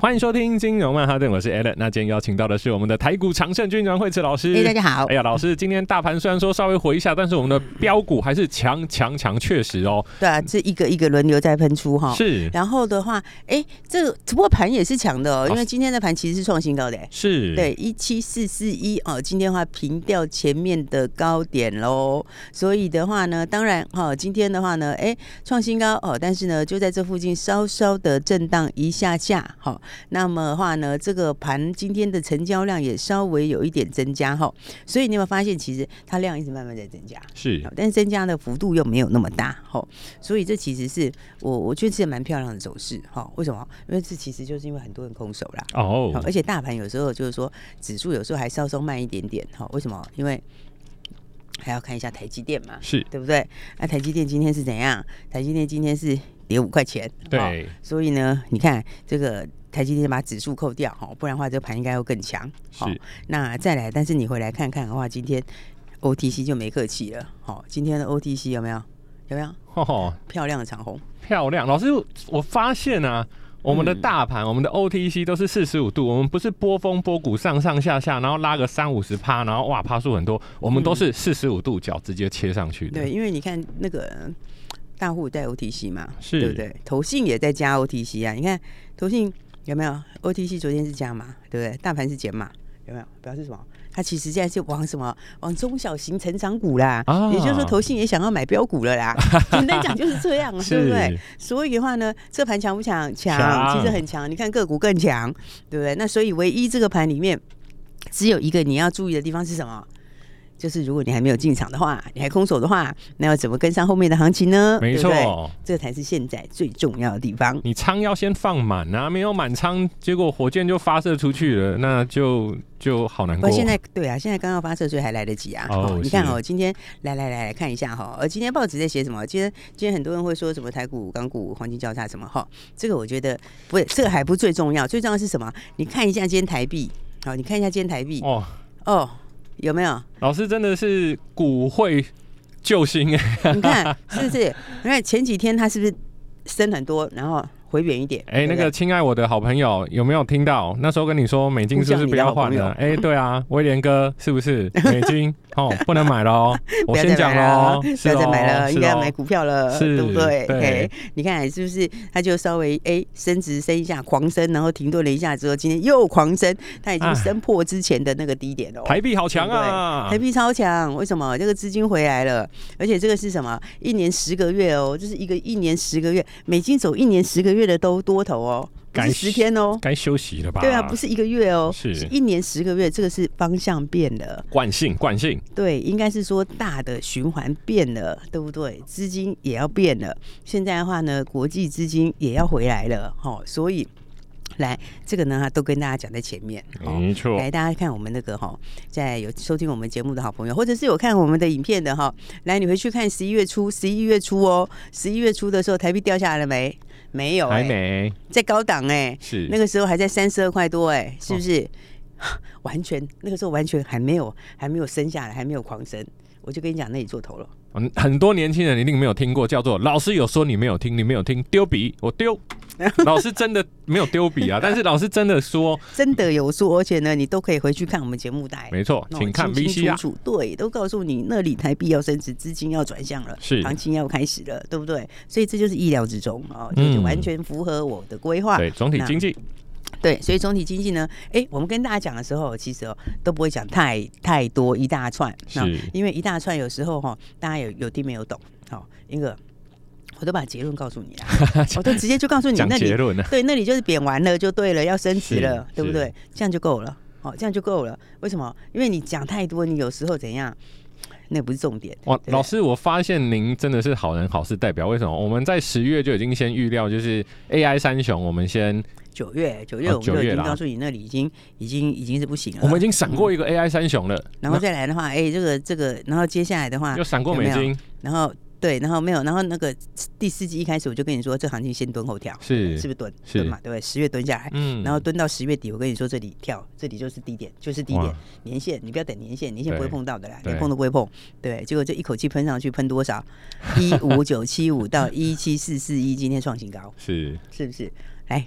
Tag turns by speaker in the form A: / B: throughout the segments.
A: 欢迎收听《金融曼哈顿》，我是 Alan。那今天邀请到的是我们的台股常胜军阮惠慈老师。
B: 哎、大家好。
A: 哎呀，老师，今天大盘虽然说稍微回一下，但是我们的标股还是强强强，确实哦，
B: 对啊，这一个一个轮流在喷出哈。。
A: 是
B: 然后的话，哎、这个只不过盘也是强的哦，因
A: 哦
B: 为今天的盘其实是创新高的、哎
A: 是，
B: 对，一七四四一哦，今天的话平掉前面的高点喽，所以的话呢，当然哈、哦，今天的话呢，哎，创新高哦，但是呢，就在这附近稍稍的震荡一下下，好、那么的话呢，这个盘今天的成交量也稍微有一点增加哈、所以你有没有发现，其实它量一直慢慢在增加，
A: 是
B: 但是增加的幅度又没有那么大，哈、所以这其实是我我觉得是蛮漂亮的走势，哈、为什么？因为这其实就是因为很多人空手啦，
A: 哦
B: 好，，而哎且大盘有时候就是说，指数有时候还稍稍慢一点点，哈，为什么？因为还要看一下台积电嘛，
A: 是
B: 对不对？那台积电今天是怎样？台积电今天是跌五块钱，哈
A: 对，
B: 所以呢，你看这个台积电把指数扣掉，哈，不然的话这个盘应该会更强，好
A: 是
B: 那再来，但是你回来看看的话，今天 OTC 就没客气了，好，今天的 OTC 有没有？有没有
A: 哦，
B: 漂亮的长虹？
A: 漂亮。老师，我发现啊。我们的大
B: 嗯
A: 盘，我们的 OTC 都是四十五度，我们不是波峰波谷上上下下，然后拉个三五十趴，然后哇趴数很多，我们都是四十五度角直接切上去的。
B: 嗯对，，因为你看那个大户带 OTC 嘛，
A: 是
B: 对不对？投信也在加 OTC 啊，你看投信有没有 OTC？昨天是加码，对不对？大盘是减码，有没有？表示什么？它其实现在是往什么？往中小型成长股啦，
A: 啊
B: 也就是说投信也想要买标股了 啦。简单讲就是这样啊，对不对
A: 是？
B: 所以的话呢，这盘强不强？
A: 强
B: 强，其实很强。你看个股更强，对不对？那所以唯一这个盘里面只有一个你要注意的地方是什么？就是如果你还没有进场的话，你还空手的话，那要怎么跟上后面的行情呢？
A: 没
B: 对不对
A: 错
B: 这才是现在最重要的地方。
A: 你仓要先放满啊，没有满仓，结果火箭就发射出去了，那就就好难
B: 不
A: 过。
B: 过现在对啊，现在刚要发射，所以还来得及啊。
A: 哦
B: 哦，你
A: 是
B: 看哦，今天来来来来看一下哈、呃，今天报纸在写什么？今天今天很多人会说什么台股、港股、黄金交叉什么哈、这个我觉得不是，这个还不最重要，最重要是什么？你看一下今天台币，好、你看一下今天台币
A: 哦，
B: 哦，有没有？
A: 老师真的是骨会救星 哎、
B: 你看是不是？ 你看前几天它是不是升很多，然后回远一点？
A: 哎、
B: 对
A: 那
B: 不对
A: 个亲爱我的好朋友有没有听到？那时候跟你说美金是不是不要换了？哎、对啊，威廉哥是不 是美金哦不能买了哦？我
B: 不要
A: 先
B: 再
A: 讲哦
B: 买了
A: 喽，，
B: 不要再买了，应该要买
A: 股。
B: 股票了，
A: 是
B: 对不对？
A: 对
B: 嘿你看是不是？它就稍微哎升值升一下，狂升，然后停顿了一下之后，今天又狂升，它
A: 哎
B: 已经升破之前的那个低点了哦。
A: 台币好强啊！
B: 台币超强，为什么？这个资金回来了，而且这个是什么？一年十个月哦，这是一个一年十个月，美金走一年十个月的都多头哦，不
A: 该
B: 是十天哦，
A: 该休息了吧？
B: 对啊，不是一个月哦，
A: 是
B: 一年十个月，这个是方向变了。
A: 惯性惯性，
B: 对，应该是说大的循环变了，对不对？资金也要变了。现在的话呢，国际资金也要回来了，哦，所以来这个呢，都跟大家讲在前面。哦
A: 嗯没错
B: 来，大家看我们那个哈，在有收听我们节目的好朋友，或者是有看我们的影片的哈，来你回去看十一月初，十一月初哦，十一月初的时候，台币掉下来了没？没有、
A: 还
B: 哎，
A: 没
B: 在高档哎、
A: 是哦
B: 那个时候还在三十二块多哎、是不是？ 完全那个时候完全还没有还没有升下来，还没有狂升，我就跟你讲那里做头了。
A: 嗯，很多年轻人一定没有听过，叫做老师有说你没有听，你没有听，丢笔我 丢，老师真的没有丢笔啊，但是老师真的说，
B: 真的有说，而且呢，你都可以回去看我们节目带。
A: 没错，
B: 那我
A: 请看
B: 哎清
A: V
B: 清
A: C 啊，
B: 楚楚，对，都告诉你那里台币要升值，资金要转向了，
A: 是
B: 行情要开始了，对不对？所以这就是意料之中哦，就是
A: 嗯
B: 完全符合我的规划。
A: 啊对，总体
B: 啊那
A: 经济
B: 对，所以总体经济呢，哎，我们跟大家讲的时候，其实哦都不会讲太太多一大串，
A: 是
B: 因为一大串有时候哈、哦，大家有有听没有懂，好、哦，一个。我我都把结论告诉 你了，我都直接就告诉你
A: 讲
B: 那
A: 结
B: 里
A: 论呢、啊
B: 对，那里就是贬完了就对了，要升值了，
A: 是
B: 对不
A: 是
B: 对？这样就够了，哦，这样就够了。为什么？因为你讲太多，你有时候怎样，那不是重点。
A: 哇，
B: 对
A: 老师，我发现您真的是好人好事代表。为什么？我们在十月就已经先预料，就是 AI 三雄，我们先
B: 九月，九月
A: 哦
B: 我们就
A: 九
B: 已
A: 月
B: 经
A: 啦
B: 告诉你，那里已经已经已经是不行了。
A: 我们已经闪过一个 AI 三雄了，
B: 嗯然后再来的话，哎，这个这个，然后接下来的话
A: 又，闪过
B: 有
A: 美
B: 没有
A: 金，
B: 然后对，然后没有，然后那个第四季一开始我就跟你说，这行情先蹲后跳，
A: 是
B: 是不是蹲
A: 是
B: 蹲嘛？对不对？十月蹲下来，
A: 嗯
B: 哎然后蹲到十月底，我跟你说这里跳，这里就是低点，就是低点
A: 哇，
B: 年限你不要等年限，年限
A: 对
B: 不会碰到的啦，
A: 对
B: 连碰都不会碰。对，结果这一口气喷上去，喷 多少？一五九七五到一七四四一，今天创新高，
A: 是
B: 是不是？来。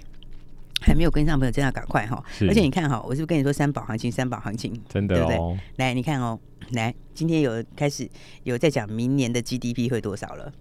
B: 还没有跟上朋友，真的要赶快哈！
A: 是
B: 而且你看哦哈，我是不是跟你说三宝行情，三宝行情，
A: 真
B: 对
A: 的
B: 不对
A: 哦，
B: 来，你看哦，来，今天有开始有在讲明年的 GDP 会多少了，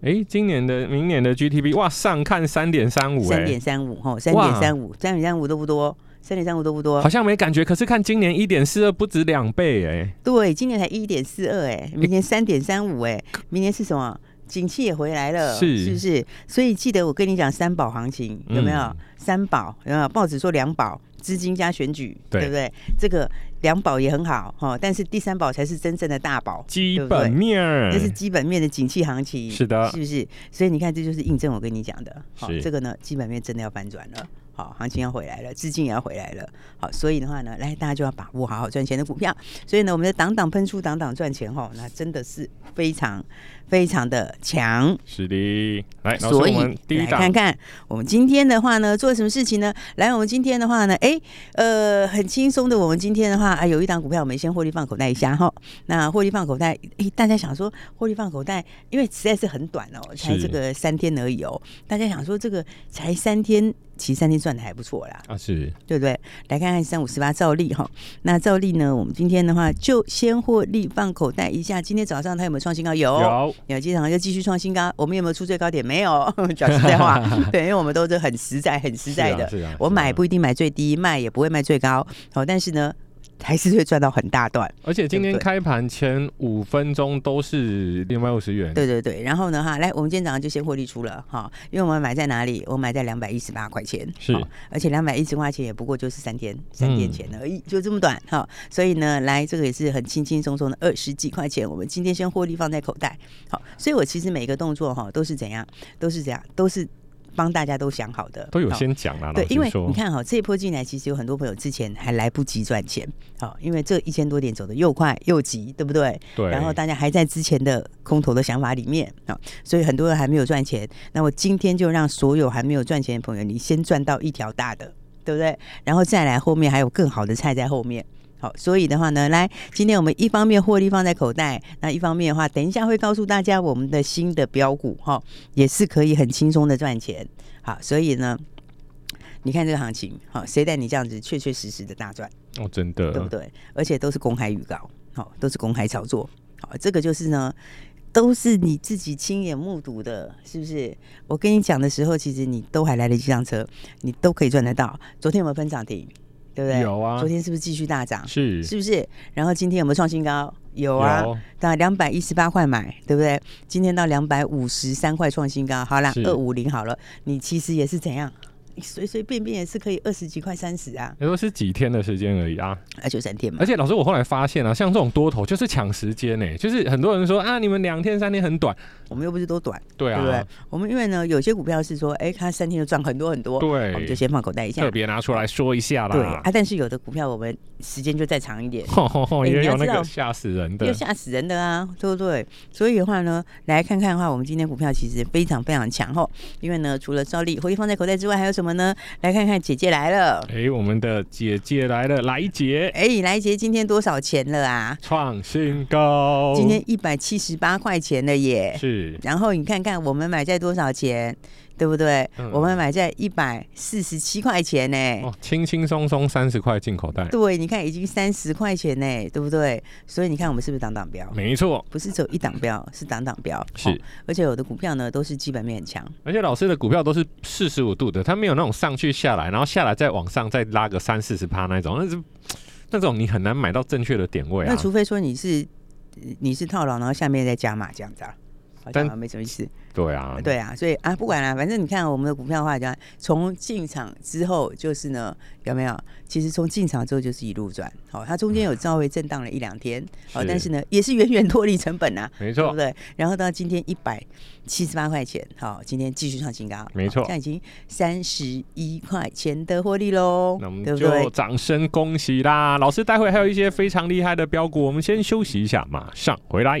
A: 诶，今年的、明年的 GDP，哇，上看三点三五，
B: 三点三五哈，三点三五，三点三五都不多，三点三五都不多
A: 好。像没感觉，可是看今年一点四二，不止两倍，哎，
B: 对，今年才一点四二，哎，明年三点三五，哎，明年是什么？景气也回来了，
A: 是
B: 不是？所以记得我跟你讲三宝行情有没有？
A: 嗯
B: 三宝有没有？报纸说两宝，资金加选举，
A: 对
B: 不对？这个两宝也很好哈，哦但是第三宝才是真正的大宝，
A: 基
B: 对不对
A: 本面儿
B: 这是基本面的景气行情，
A: 是的
B: 是不是？所以你看，这就是印证我跟你讲的，好、
A: 是
B: 这个呢，基本面真的要翻转了，好，行情要回来了，资金也要回来了，好，所以的话呢，来大家就要把握好好赚钱的股票，所以呢，我们的档档喷出，档档赚钱，哈，那真的是非常非常的强。
A: 是的，来，老师，
B: 所
A: 我
B: 以
A: 们第一
B: 来
A: 档
B: 看看我们今天的话呢，做什么事情呢？来，我们今天的话呢，哎，呃，很轻松的。我们今天的话，啊，有一档股票，我们先获利放口袋一下哈。那获利放口袋，哎，大家想说获利放口袋，因为实在是很短哦，才
A: 是
B: 这个三天而已哦。大家想说这个才三天，其实三天赚的还不错啦，
A: 啊，是
B: 对不对？来看看三五十八照例哈。那照例呢，我们今天的话就先获利放口袋一下。今天早上它有没有创新高？
A: 有
B: 有机场又继续创新高，我们有没有出最高点？没有， 讲实在 话，对，因为我们都是很实在、很实在
A: 是
B: 的
A: 啊。是啊
B: 我
A: 是
B: 买
A: 啊
B: 不一定买最低，卖也不会卖最高，好、但是呢，还是会赚到很大段。
A: 而且今天
B: 对不对
A: 开盘前五分钟都是两百五十元，
B: 对对对，然后呢哈，来，我们今天早上就先获利出了哈、因为我们买在哪里？我买在两百一十八块钱，
A: 是嗯
B: 好而且两百一十块钱也不过就是三天三天前而已，就这么短哈、所以呢，来这个也是很轻轻松松的二十几块钱，我们今天先获利放在口袋，好、所以我其实每个动作哈、都是怎样，都是怎样，都是帮大家都想好的，
A: 都有
B: 好
A: 先讲啦，老
B: 对，因
A: 师
B: 为
A: 说
B: 你，看哈、这一波进来，其实有很多朋友之前还来不及赚钱，好、因为这一千多点走的又快又急，对不对？
A: 对，
B: 然后大家还在之前的空头的想法里面啊、所以很多人还没有赚钱。那我今天就让所有还没有赚钱的朋友，你先赚到一条大的，对不对？然后再来后面还有更好的菜在后面。好，所以的话呢，来，今天我们一方面获利放在口袋，那一方面的话，等一下会告诉大家我们的新的标股哈、也是可以很轻松的赚钱。好，所以呢，你看这个行情，好，谁带你这样子确确实实的大赚？
A: 哦，真的，
B: 对不对？而且都是公开预告，好、都是公开炒作，好、这个就是呢，都是你自己亲眼目睹的，是不是？我跟你讲的时候，其实你都还来得及上车，你都可以赚得到。昨天有没有分涨停？对不对？
A: 有啊
B: 昨天是不是继续大涨？
A: 是
B: 是不是？然后今天有没有创新高？有啊，
A: 有
B: 到两百一十八块买，对不对？今天到两百五十三块创新高，好啦，
A: 是
B: 二五零好了，你其实也是怎样？你随随便便也是可以二十几块、三十啊，
A: 也都是几天的时间而已啊。
B: 啊就三天嘛
A: 而。且老师，我后来发现啊，像这种多头就是抢时间呢、欸就是很多人说啊，你们两天三天很短，
B: 我们又不是都短，
A: 对
B: 对不对
A: 啊，？
B: 我们因为呢，有些股票是说，哎，它三天就赚很多很多，
A: 对
B: 我们就先放口袋一下
A: 特。别拿出来说一下
B: 对
A: 啦
B: 啊。，但是有的股票我们时间就再长一点，
A: 吼吼吼
B: 哎
A: 也
B: 你
A: 哦
B: 要
A: 有那
B: 知道
A: 个吓死人
B: 又
A: 的，
B: 吓死人的啊，对不对？所以的话呢，来看看的话，我们今天股票其实非常非常强哦。因为呢，除了照例回放在口袋之外，还有什么呢？来看看姐姐来了，
A: 哎、我们的姐姐来了，来姐
B: 哎，来姐今天多少钱了啊？
A: 创新高，
B: 今天一百七十八块钱了耶。
A: 是
B: 然后你看看我们买在多少钱，对不对？
A: 嗯
B: 我们买在一百四十七块钱呢、
A: 哦，轻轻松松三十块进口袋，
B: 哎 对，你看已经三十块钱呢，对不对？所以你看我们是不是档档标？
A: 没错，
B: 不是只有一档标，是档档标。
A: 是。
B: 哦而且有的股票呢都是基本面很强，
A: 而且老师的股票都是四十五度的，它没有那种上去下来，然后下来再往上再拉个三四十趴那种，那是那种你很难买到正确的点位
B: 那
A: 啊。
B: 除非说你是你是套牢，然后下面再加码这样子啊。好
A: 但
B: 像没什么意思。
A: 对啊，
B: 对啊，所以啊，不管了、反正你看我们的股票的话，讲从进场之后就是呢，有没有？其实从进场之后就是一路赚，好、它中间有稍微震荡了一两天，好、
A: 是
B: 但是呢，也是远 远脱离成本啊，
A: 没
B: 对
A: 错
B: 不，对？然后到今天一百七十八块钱，好、今天继续创新高，
A: 没错
B: 现在已经三十一块钱的获利喽
A: 那我，
B: 对
A: 们
B: 不
A: 就
B: 对？
A: 掌声恭喜啦！老师，待会还有一些非常厉害的标股，我们先休息一下，马上回来。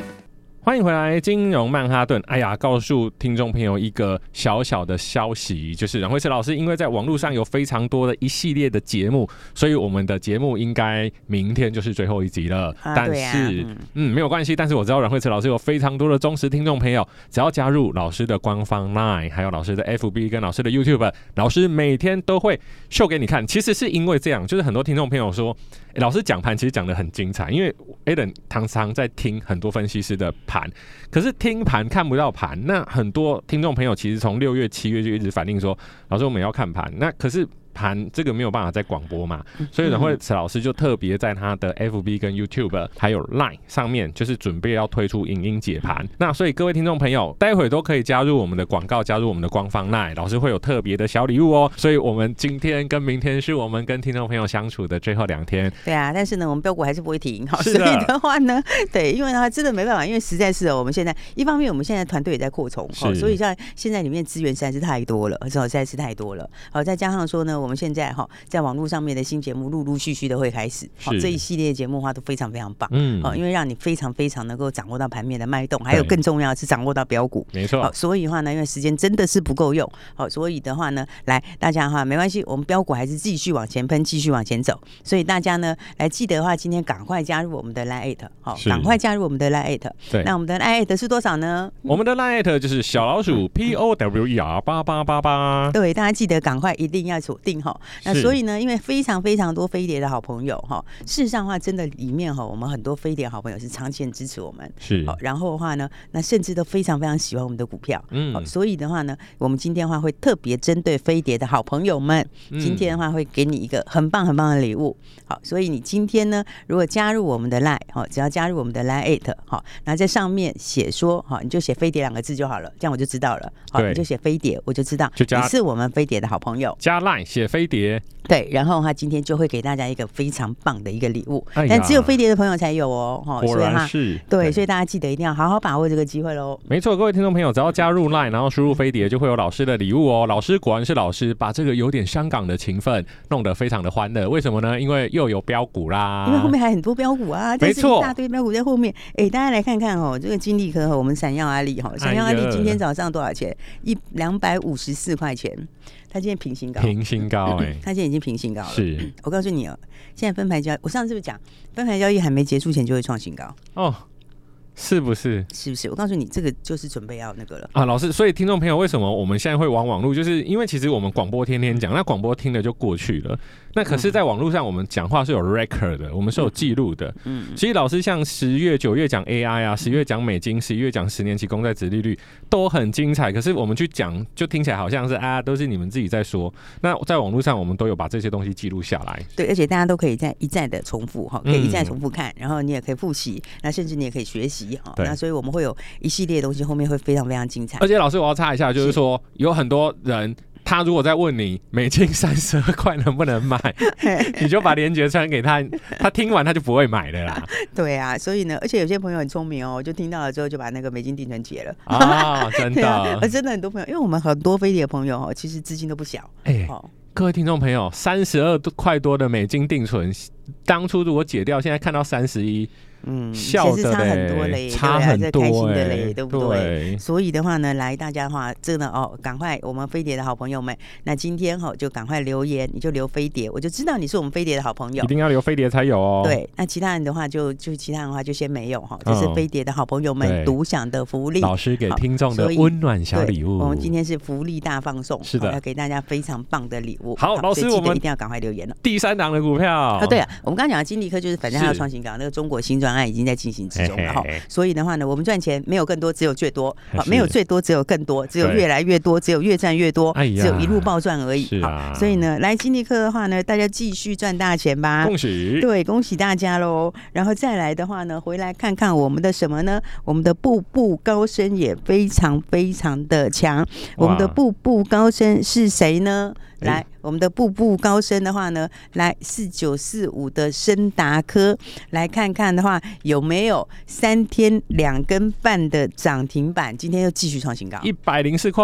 A: 欢迎回来，金融曼哈顿。哎呀，告诉听众朋友一个小小的消息，就是阮慧慈老师因为在网络上有非常多的一系列的节目，所以我们的节目应该明天就是最后一集了。但
B: 对啊
A: 是，
B: 嗯
A: 嗯，没有关系。但是我知道阮慧慈老师有非常多的忠实听众朋友，只要加入老师的官方 LINE，还有老师的 FB 跟老师的 YouTube，老啊师每天都会秀给你看。其实是因为这样，就是很多听众朋友说，诶老师讲盘其实讲的很精彩，因为 Alan 常常在听很多分析师的盘，可是听盘看不到盘。那很多听众朋友其实从六月、七月就一直反映说，老师我们要看盘，那可是。盘这个没有办法在广播嘛，所以呢，会慈老师就特别在他的 FB 跟 YouTube 还有 Line 上面，就是准备要推出影音解盘。那所以各位听众朋友，待会都可以加入我们的广告，加入我们的官方 Line，老师会有特别的小礼物哦。所以我们今天跟明天是我们跟听众朋友相处的最后两天，
B: 对啊，但是呢，我们标股还是不会停哈，所
A: 是
B: 以
A: 的
B: 的话呢，对，因为的话真的没办法，因为实在是哦，我们现在一方面我们现在团队也在扩充，哦，
A: 是
B: 所以像现在里面资源实在是太多了，是哦，实在是太多了，好、再加上说呢，我们现在哈、在网络上面的新节目陆陆续续的会开始，好、
A: 是
B: 这一系列节目的话都非常非常棒。
A: 嗯，
B: 哦，因为让你非常非常能够掌握到盘面的脉动，还有
A: 对
B: 更重要的是掌握到标股。
A: 没
B: 好、
A: 错，
B: 所以的话呢，因为时间真的是不够用，好、所以的话呢，来大家哈，没关系，我们标股还是继续往前喷，继续往前走。所以大家呢，来记得的话，今天赶快加入我们的 Line，好、
A: 是
B: 赶快加入我们的 Line。
A: 对
B: 那我们的 Line 是多少呢？
A: 我们的 Line 就是小老鼠 P O W E R 八八八八，
B: 嗯对，大家记得赶快一定要锁定哈。那
A: 是
B: 所以呢，因为非常非常多飞碟的好朋友哈，事实上的话，真的里面哈，我们很多飞碟好朋友是长期很支持我们。
A: 是
B: 好，哦然后的话呢，那甚至都非常非常喜欢我们的股票。
A: 嗯
B: 好，所以的话呢，我们今天的话会特别针对飞碟的好朋友们，
A: 嗯
B: 今天的话会给你一个很棒很棒的礼物。好，所以你今天呢，如果加入我们的 Line，好，只要加入我们的 Line at，好，然后在上面写说，好，你就写飞碟两个字就好了，这样我就知道了。好，
A: 对
B: 你就写飞碟，我就知道
A: 就加
B: 你是我们飞碟的好朋友。
A: 加 Line 写飞碟，
B: 对，然后他今天就会给大家一个非常棒的一个礼物，
A: 哎呀
B: 但只有飞碟的朋友才有哦。哈
A: 果
B: 所以
A: 然
B: 哈，
A: 是
B: 对，所以大家记得一定要好好把握这个机会喽。
A: 没错，各位听众朋友，只要加入 LINE，然后输入飞碟，就会有老师的礼物哦。老师果然是老师，把这个有点香港的情分弄得非常的欢乐。为什么呢？因为又有标股啦，
B: 因为后面还很多标股啊，但是
A: 啊没错
B: 一大堆标股在后面。哎，大家来看看哦，这个金利科和我们闪耀阿里哈，闪耀阿
A: 哎
B: 里
A: 呀
B: 今天早上多少钱？一两百五十四块钱，它今天平新高，嗯
A: 平新高哎、
B: 它现在已经平新高了。
A: 是
B: 我告诉你哦，现在分牌交易，我上次是不是讲分牌交易还没结束前就会创新高，
A: 哦，是不是？
B: 是不是？我告诉你，这个就是准备要那个了。
A: 啊，老师，所以听众朋友，为什么我们现在会玩网络？就是因为其实我们广播天天讲，那广播听了就过去了。那可是，在网络上我们讲话是有 record 的，我们是有记录的。嗯，其实老师像十月、九月讲 AI 啊，十月讲美金，十一月讲十年期公债殖利率都很精彩。可是我们去讲，就听起来好像是啊，都是你们自己在说。那在网络上，我们都有把这些东西记录下来。
B: 对，而且大家都可以再一再的重复哈，可以一再
A: 嗯
B: 重复看，然后你也可以复习，那甚至你也可以学习哈。
A: 对哎
B: 那所以我们会有一系列的东西，后面会非常非常精彩
A: 而。且老师，我要插一下，就是
B: 是
A: 说有很多人。他如果再问你美金三十二块能不 能买，你就把链接传给他，他听完他就不会买的啦。
B: 对啊，所以呢，而且有些朋友很聪明哦，就听到了之后就把那个美金定存结了。
A: 啊，真
B: 对啊，呃
A: 的，
B: 真的很多朋友，因为我们很多飞碟的朋友哦，其实资金都不小
A: 哎、
B: 哦。
A: 各位听众朋友，三十二块多的美金定存，当初如果解掉，现在看到三十一，
B: 嗯，其
A: 笑
B: 实
A: 的
B: 差很多嘞，
A: 嘞，
B: 对
A: 差
B: 啊
A: 很
B: 这
A: 多、
B: 开
A: 哎，
B: 心的嘞，对不对？
A: 对
B: 所以的话呢，来大家的话，真的哦，赶快我们飞碟的好朋友们，那今天哈、哦、就赶快留言，你就留飞碟，我就知道你是我们飞碟的好朋友
A: 一。定要留飞碟才有哦。，
B: 对，那其他人的话就就其他人的话就先没有哈，这是
A: 嗯
B: 飞碟的好朋友
A: 对
B: 们独享的福利。
A: 老师给
B: 好
A: 听众的
B: 所以
A: 温暖小
B: 对，
A: 礼物。
B: 我们今天是福利大放送，
A: 是
B: 好
A: 的
B: 要给大家非常棒的礼物。
A: 好老
B: 所以
A: 师
B: 记
A: 我
B: 得
A: 们
B: 一定要赶快留言了。哦
A: 第三档的股票，
B: 啊哦，对，了，我们刚刚讲的金立科就是，反正它要
A: 是
B: 创新高，那个中国新专专案已经在进行之中了哈
A: 嘿嘿嘿。
B: 所以的话呢，我们赚钱没有更多，只有最多；好，
A: 是
B: 没有最多，只有更多；只有
A: 对
B: 越来越多，只有越赚越多，
A: 哎呀
B: 只有一路暴赚而已
A: 是。啊
B: 好，所以呢，来金立课的话呢，大家继续赚大钱吧。
A: 恭喜，
B: 对，恭喜大家喽！然后再来的话呢，回来看看我们的什么呢？我们的步步高升也非常非常的强。我们的
A: 哇
B: 步步高升是谁呢？
A: 哎
B: 来，我们的步步高升的话呢，来四九四五的升达科，来看看的话有没有三天两根半的涨停板？今天又继续创新高
A: 一百零四块。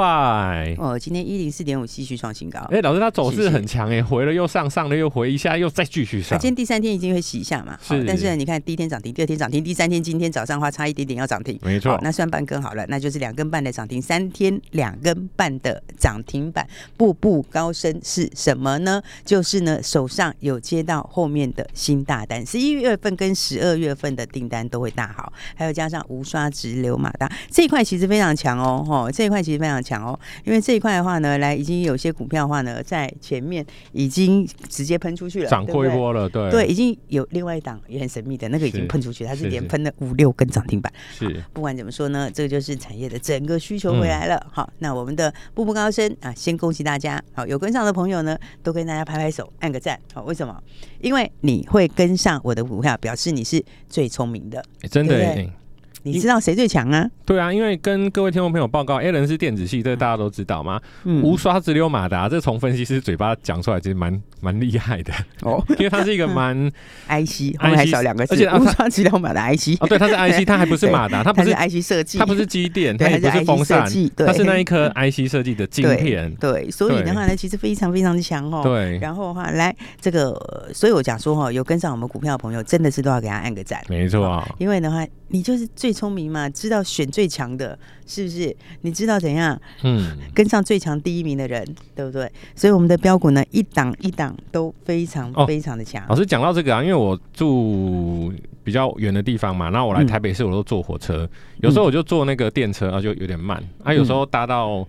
B: 哦，今天一零四点五继续创新高。
A: 哎、老师，他走
B: 谢
A: 势
B: 谢
A: 很强哎、回了又上，上了又回一下，又再继续
B: 啊
A: 上
B: 今。天第三天一定会洗一下嘛，好
A: 是
B: 但是呢，你看第一天涨停，第二天涨停，第三天今天早上的话差一点点要涨停，
A: 没错
B: 好那算半根好了，那就是两根半的涨停，三天两根半的涨停板，步步高升是什么呢？就是呢手上有接到后面的新大单，十一月份跟十二月份的订单都会大好，还有加上无刷直流马达这一块其实非常强哦，吼，这一块其实非常强哦，因为这一块的话呢，来已经有些股票的话呢，在前面已经直接喷出去了，
A: 涨
B: 对
A: 过一
B: 不对
A: 波了，对
B: 啊对，已经有另外一档也很神秘的那个已
A: 是
B: 经喷出去，它是
A: 是
B: 连
A: 是
B: 喷了五六根涨停板。
A: 是
B: 不管怎么说呢，这个就是产业的整个需求回来了。好，那我们的步步高升啊，先恭喜大家。好，有跟上的朋友呢，都跟大家拍拍手，按个赞。好，为什么？因为你会跟上我的股票，表示你是最聪明的，
A: 哎真的、
B: 对不
A: 欸
B: 对你知道谁最强啊？
A: 对啊，因为跟各位听众朋友报告，Allen 是电子系，这个大家都知道嘛。
B: 嗯
A: 无刷直流马达，这从分析师嘴巴讲出来，其实蛮蛮厉害 的，
B: 哦
A: 因为它是一个蛮
B: ，IC 后面还少两个字，
A: 而且啊
B: 无
A: 它
B: 双治疗码的 IC，
A: 哦，对，它是 IC，它还不是马达，它不
B: 它是
A: 是
B: IC 设计，
A: 它不是机电，它
B: 对
A: 也不
B: 它是
A: 是风
B: IC
A: 扇
B: 设计，对
A: 它是那一颗 IC 设计的晶片。
B: 对，所以的话呢，其实非常非常的强哦。
A: 对，
B: 然后的话，来这个，呃所以我讲说哈、有跟上我们股票的朋友，真的是都要给他按个赞。
A: 没错啊，
B: 因为的话，你就是最聪明嘛，知道选最强的，是不是？你知道怎样
A: 嗯，
B: 跟上最强第一名的人，对不对？所以我们的标股呢，一档一档都非常
A: 哦
B: 非常的强。
A: 老师讲到这个啊，因为我住比较远的地方嘛，那我来
B: 嗯
A: 台北市我都坐火车，有时候我就坐那个电车啊，就有点慢啊，有时候搭到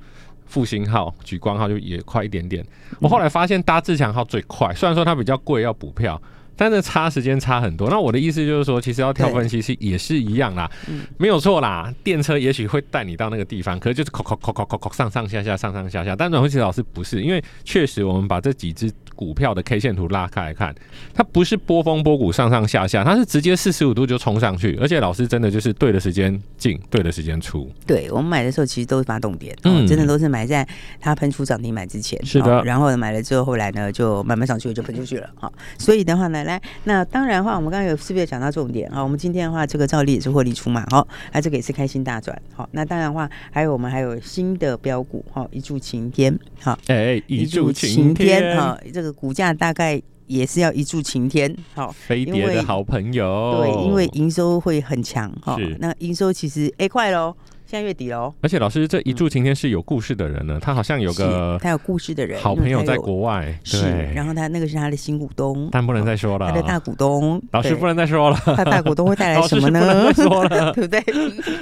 A: 复兴号、举光号就也快一点点。我后来发现搭自强号最快，虽然说它比较贵要补票。但是差时间差很多，那我的意思就是说，其实要跳分析师也是一样啦，没有错啦。电车也许会带你到那个地方，可是就是扣扣扣扣扣扣上上下下上上下下。但阮慧琪老师不是，因为确实我们把这几只股票的 K 线图拉开来看，它不是波峰波谷上上下下，它是直接四十五度就冲上去，而且老师真的就是对的时间进，对的时间出，
B: 对我们买的时候，其实都是发动点，嗯、
A: 嗯
B: 真的都是买在它喷出涨停板之前，
A: 是的
B: 哦然后呢买了之后，后来呢就慢慢上去，就喷出去了，好、所以的话呢，来，那当然的话，我们刚刚有是不是有讲到重点啊、我们今天的话，这个照例也是获利出嘛，好、那这个也是开心大赚，好、那当然的话，还有我们还有新的标股，哈、一柱擎天，哦好、
A: 哎、一柱擎天，
B: 哈、哦这个股价大概也是要一柱擎天，好、
A: 飞碟的好朋友，
B: 对，因为营收会很强，哈、
A: 哦是
B: 那营收其实哎快喽，现在月底喽。
A: 而且老师这一柱擎天是有故事的人呢，他好像有个
B: 是他有故事的人，
A: 好朋友在
B: 因为
A: 国外，
B: 他有是，
A: 对
B: 然，后他那个是他的新股东，
A: 但不能再说了
B: 他的，大股东，
A: 老师
B: 对
A: 不能再说了，
B: 他大股东会带来
A: 老
B: 什
A: 师
B: 么
A: 不
B: 呢
A: 能再？说了。
B: 对不对？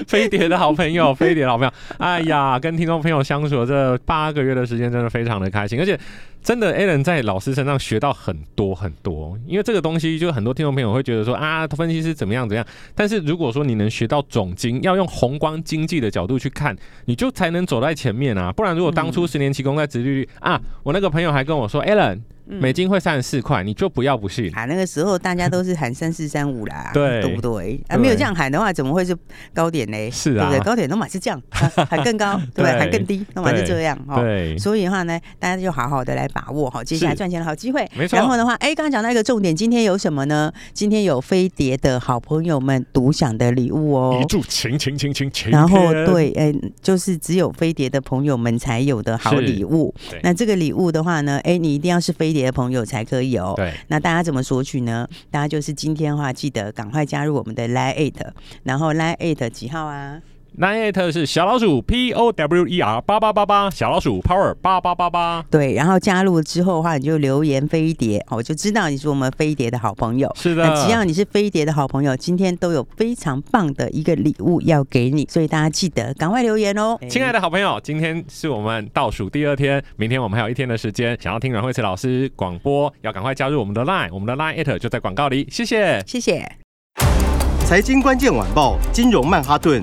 A: 飞碟的好朋友，飞碟的好朋友， 哎呀，跟听众朋友相处的这八个月的时间，真的非常的开心，而且真的 Alan 在老师身上学到很多很多，因为这个东西，就很多听众朋友会觉得说啊，分析师怎么样怎么样，但是如果说你能学到总经，要用宏观经济的角度去看，你就才能走在前面啊，不然如果当
B: 嗯
A: 初十年期公债殖利率、啊，我那个朋友还跟我说，Alan
B: 嗯
A: 美金会三十四块，你就不要不信，
B: 啊，那个时候大家都是喊三四三五啦，
A: 对
B: 对不对？啊，没有
A: 对
B: 这样喊的话，怎么会是高点呢？
A: 是
B: 对
A: 啊
B: 不对？高点都嘛是这样，啊喊更高，对不 对？
A: 对
B: 喊更低，那嘛是这样哈。
A: 对，
B: 所以的话呢，大家就好好的来把握哈，接下来
A: 是
B: 赚钱的好机会。
A: 没错
B: 然后的话，哎，刚刚讲到一个重点，今天有什么呢？今天有飞碟的好朋友们独享的礼物哦，
C: 一柱擎擎擎擎擎
B: 然后
C: 天，
B: 对，哎、就是只有飞碟的朋友们才有的好
A: 是
B: 礼物
A: 对。
B: 那这个礼物的话呢，哎、你一定要是飞碟的朋友才可以哦。
A: 对，
B: 那大家怎么索取呢？大家就是今天的话，记得赶快加入我们的 Line Eight，然后 Line Eight 几号啊？
A: Nine Eight 是小老鼠 P O W E R 八八八八，小老鼠 Power 八八八八，
B: 对，然后加入之后的话，你就留言飞碟，哦我就知道你是我们飞碟的好朋友。
A: 是
B: 那只要
A: 的，
B: 你是飞碟的好朋友，今天都有非常棒的一个礼物要给你，所以大家记得赶快留言哦。
A: 亲爱的好朋友，今天是我们倒数第二天，明天我们还有一天的时间，想要听阮慧慈老师广播，要赶快加入我们的 Line，我们的 Line Eight 就在广告里，谢谢。
B: 谢谢。
D: 财经关键晚报金融曼哈顿